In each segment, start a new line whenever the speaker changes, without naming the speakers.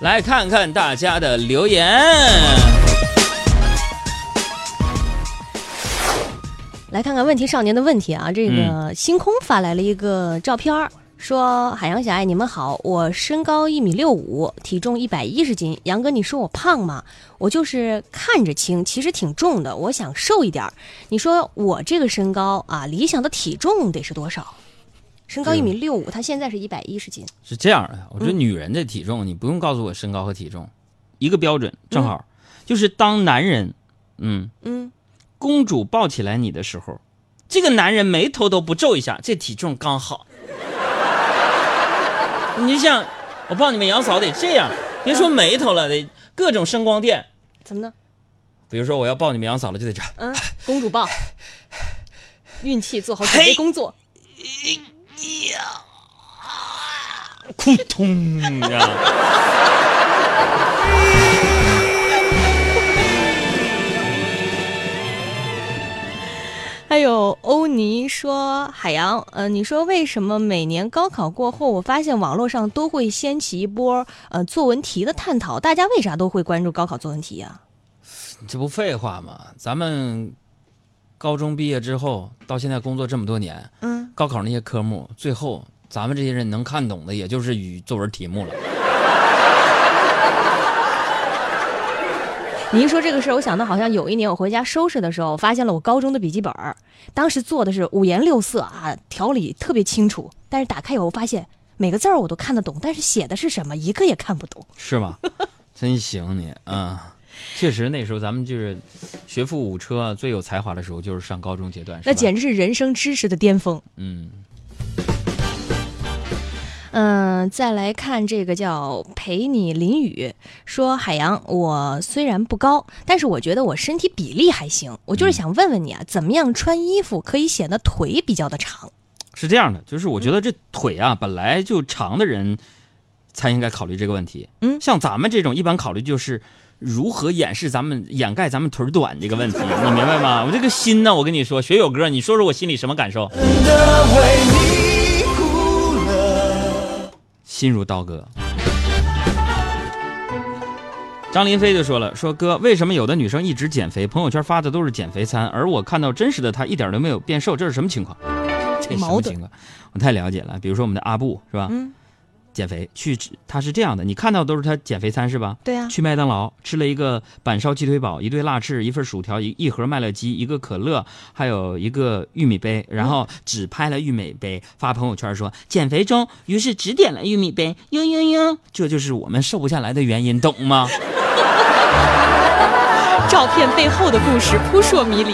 来看看大家的留言。
来看看问题少年的问题啊，这个星空发来了一个照片儿，说海洋小爱你们好，我身高一米六五，体重一百一十斤。杨哥，你说我胖吗？我就是看着轻，其实挺重的，我想瘦一点儿。你说我这个身高啊，理想的体重得是多少？身高一米六五，他现在是一百一十斤。
是这样的，我觉得女人的体重、你不用告诉我身高和体重，一个标准正好，就是当男人，嗯，
嗯，
公主抱起来你的时候，这个男人眉头都不皱一下，这体重刚好。你就像我抱你们杨嫂得这样，别说眉头了，得各种声光电。
怎么呢？
比如说我要抱你们杨嫂了，就得这样。
嗯，公主抱，运气做好准备工作。
扑通呀！
还有欧尼说：“海洋，呃，你说为什么每年高考过后，我发现网络上都会掀起一波呃作文题的探讨？大家为啥都会关注高考作文题啊呀、
你这不废话吗？咱们高中毕业之后到现在工作这么多年，
嗯，
高考那些科目，最后咱们这些人能看懂的，也就是语作文题目了。
你一说这个事儿，我想到好像有一年我回家收拾的时候，发现了我高中的笔记本儿，当时做的是五颜六色啊，条理特别清楚，但是打开以后发现每个字儿我都看得懂，但是写的是什么一个也看不懂。
是吧？真行你啊！确实，那时候咱们就是学富五车最有才华的时候，就是上高中阶段。是吧
那简直是人生知识的巅峰。
嗯，
嗯，再来看这个叫陪你淋雨，说海洋，我虽然不高，但是我觉得我身体比例还行。我就是想问问你啊，怎么样穿衣服可以显得腿比较的长？
是这样的，就是我觉得这腿啊，本来就长的人才应该考虑这个问题。
嗯
像咱们这种一般考虑就是如何掩饰咱们掩盖咱们腿儿短这个问题，你明白吗？我这个心呢，我跟你说，学友哥，你说说我心里什么感受？
真的为你哭了。
心如刀割。张林飞就说了：“说哥，为什么有的女生一直减肥，朋友圈发的都是减肥餐，而我看到真实的她一点都没有变瘦，这是什么情况？这是什么
矛盾
情况？我太了解了。比如说我们的阿布是吧？
嗯
减肥去，他是这样的，你看到都是他减肥餐是吧？
对啊
去麦当劳吃了一个板烧鸡腿堡，一对辣翅，一份薯条，一一盒麦乐鸡，一个可乐，还有一个玉米杯，然后只拍了玉米杯，发朋友圈说减肥中，于是只点了玉米杯，呦呦呦，这就是我们瘦不下来的原因，懂吗？
照片背后的故事扑朔迷离。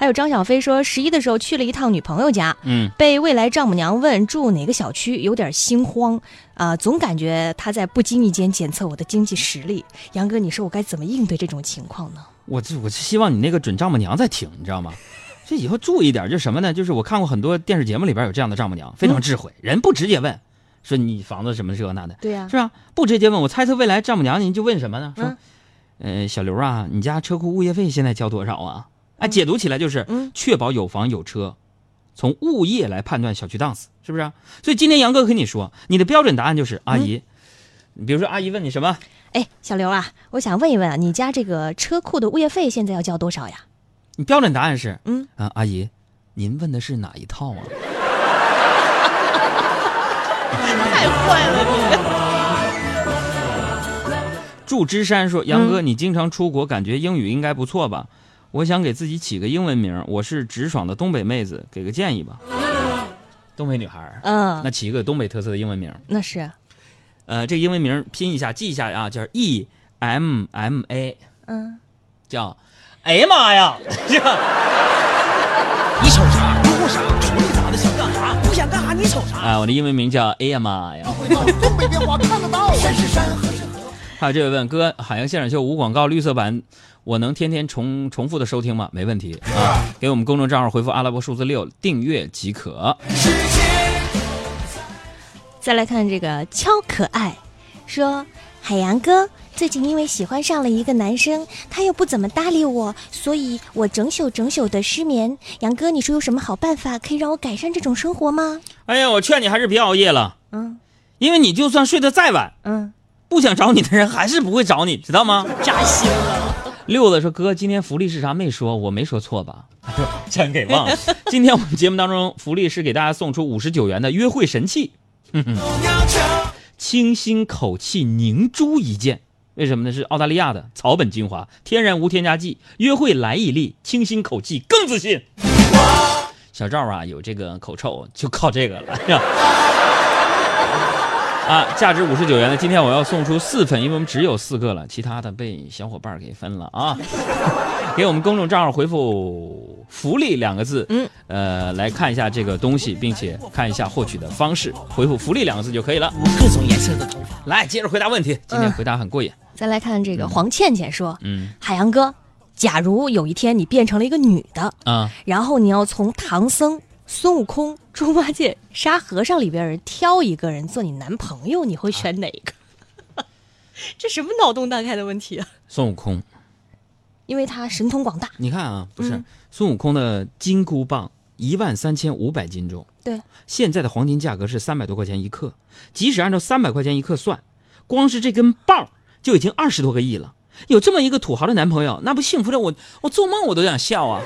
还有张小飞说，十一的时候去了一趟女朋友家，
嗯，
被未来丈母娘问住哪个小区，有点心慌啊、总感觉她在不经意间检测我的经济实力。杨哥，你说我该怎么应对这种情况呢？
我这我是希望你那个准丈母娘在听，你知道吗？这以后注意点，就什么呢？就是我看过很多电视节目里边有这样的丈母娘，非常智慧，人不直接问，说你房子什么这那的，
对呀啊
是吧？不直接问，我猜测未来丈母娘您就问什么呢？说，
嗯
呃，小刘啊，你家车库物业费现在交多少啊？哎，解读起来就是、
嗯
确保有房有车，从物业来判断小区档次，是不是啊、所以今天杨哥跟你说，你的标准答案就是阿姨，
嗯
比如说阿姨问你什么，
哎，小刘啊，我想问一问啊，你家这个车库的物业费现在要交多少呀？
你标准答案是，
嗯
啊，阿姨，您问的是哪一套啊？
太坏了
祝枝山说：“杨
嗯
哥，你经常出国，感觉英语应该不错吧？我想给自己起个英文名，我是直爽的东北妹子，给个建议吧。”东北女孩儿，
嗯
那起一个东北特色的英文名，
那是，
呃，这个英文名拼一下，记一下啊，叫 E M M A，
嗯，
叫，哎呀妈呀，
你瞅啥？不顾啥？出去咋的？想干啥？不想干啥？你瞅啥？
啊，我的英文名叫哎呀妈呀。
会道，东北变化看得到。啊山是山，河是河。
还有这位问哥，海洋现场秀无广告绿色版，我能天天重重复的收听吗？没问题啊，给我们公众账号回复阿拉伯数字六订阅即可。
再来看这个超可爱，说海洋哥最近因为喜欢上了一个男生，他又不怎么搭理我，所以我整宿整宿的失眠。杨哥，你说有什么好办法可以让我改善这种生活吗？
哎呀，我劝你还是别熬夜了。
嗯，
因为你就算睡得再晚，
嗯，
不想找你的人还是不会找你，知道吗？
扎心了。
六子说：“哥，今天福利是啥没说？我没说错吧？ 真给忘了。 今天我们节目当中福利是给大家送出五十九元的约会神器， 清新口气凝珠一件。为什么呢？是澳大利亚的草本精华，天然无添加剂，约会来一粒，清新口气更自信。小赵啊，有这个口臭就靠这个了。” 啊，价值五十九元的，今天我要送出四份，因为我们只有四个了，其他的被小伙伴给分了啊。 给我们公众账号回复“福利”两个字，
嗯，
呃，来看一下这个东西，并且看一下获取的方式，回复“福利”两个字就可以了。
各种颜色的头发，
来，接着回答问题，今天回答很过瘾，
再来看这个黄倩倩说，
嗯
海洋哥，假如有一天你变成了一个女的，
啊，
然后你要从唐僧、孙悟空、猪八戒、沙和尚里边儿挑一个人做你男朋友，你会选哪个？ 这什么脑洞大开的问题啊！
孙悟空，
因为他神通广大，
你看啊，不是、
嗯
孙悟空的金箍棒一万三千五百斤重，
对，
现在的黄金价格是三百多块钱一克，即使按照三百块钱一克算，光是这根棒儿就已经二十多个亿了。有这么一个土豪的男朋友，那不幸福的我，我做梦我都想笑啊！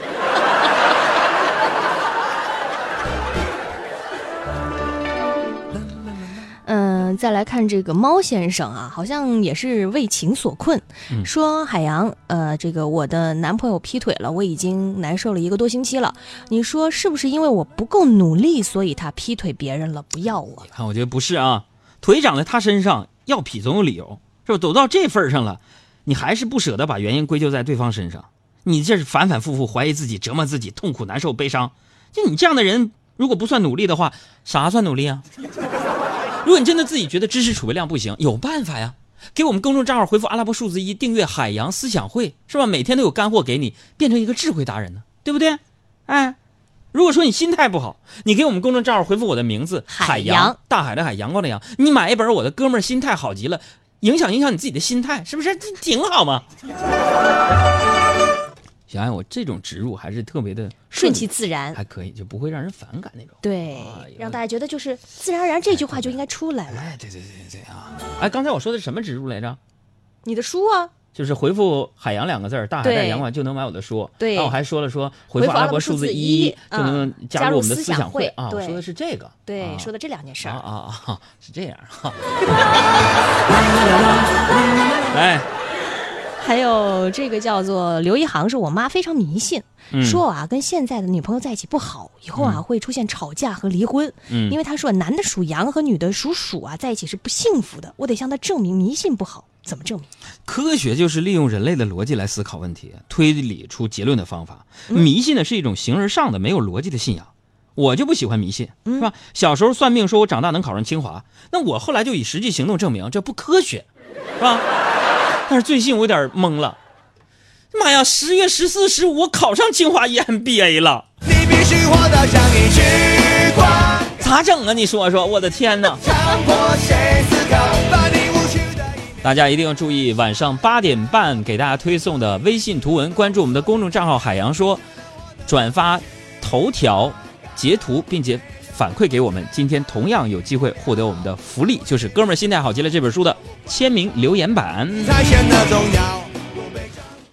嗯，再来看这个猫先生啊，好像也是为情所困，说海洋，呃，这个我的男朋友劈腿了，我已经难受了一个多星期了，你说是不是因为我不够努力，所以他劈腿别人了，不要我？
看，我觉得不是啊，腿长在他身上，要劈总有理由，是吧？都到这份儿上了，你还是不舍得把原因归咎在对方身上，你这是反反复复怀疑自己、折磨自己、痛苦、难受、悲伤。就你这样的人，如果不算努力的话，啥算努力啊？ 如果你真的自己觉得知识储备量不行，有办法呀。给我们公众账号回复阿拉伯数字一，订阅“海洋思想会”，是吧？每天都有干货给你，变成一个智慧达人呢，对不对？哎，如果说你心态不好，你给我们公众账号回复我的名字“
海
海洋
洋”，
大海的海，阳光的阳，你买一本我的哥们儿心态好极了，影响影响你自己的心态，是不是？这挺好嘛。小安，我这种植入还是特别的顺
顺其，自然，
还可以，就不会让人反感那种。
对
哎呦，
让大家觉得就是自然而然这句话就应该出来了。
哎，对对对对对啊！哎，刚才我说的是什么植入来着？
你的书啊，
就是回复“海洋”两个字儿，大海带
对
阳光就能买我的书。
对
然后我还说了说回复
回复
阿拉
阿拉
伯
伯
数
数
字
字
一
一
就能
嗯
加
加
入
入
我们的
思
想
想
会
会
啊！我
对
说的是这个。
对，
啊
说的这两件事
啊
儿，
啊啊！是这样 哈。来，
还有这个叫做刘一航，是我妈非常迷信，
嗯
说我啊跟现在的女朋友在一起不好，以后啊、会出现吵架和离婚，
嗯
因为她说男的属羊和女的属鼠啊在一起是不幸福的，我得向她证明迷信不好，怎么证明？
科学就是利用人类的逻辑来思考问题，推理出结论的方法。迷信呢是一种形而上的、没有逻辑的信仰。我就不喜欢迷信，是吧？小时候算命说我长大能考上清华，那我后来就以实际行动证明这不科学，是吧？但是最近我有点懵了，妈呀！十月十四、十五我考上清华 EMBA 了，
你必须活得像一只光，
咋整啊？你说说，我的天哪！
强迫谁思考，把你无趣的一面。
大家一定要注意，晚上八点半给大家推送的微信图文，关注我们的公众账号“海洋说”，转发头条截图，并且反馈给我们。今天同样有机会获得我们的福利，就是《哥们儿心态好极了》这本书的签名留言版。
才显得重要。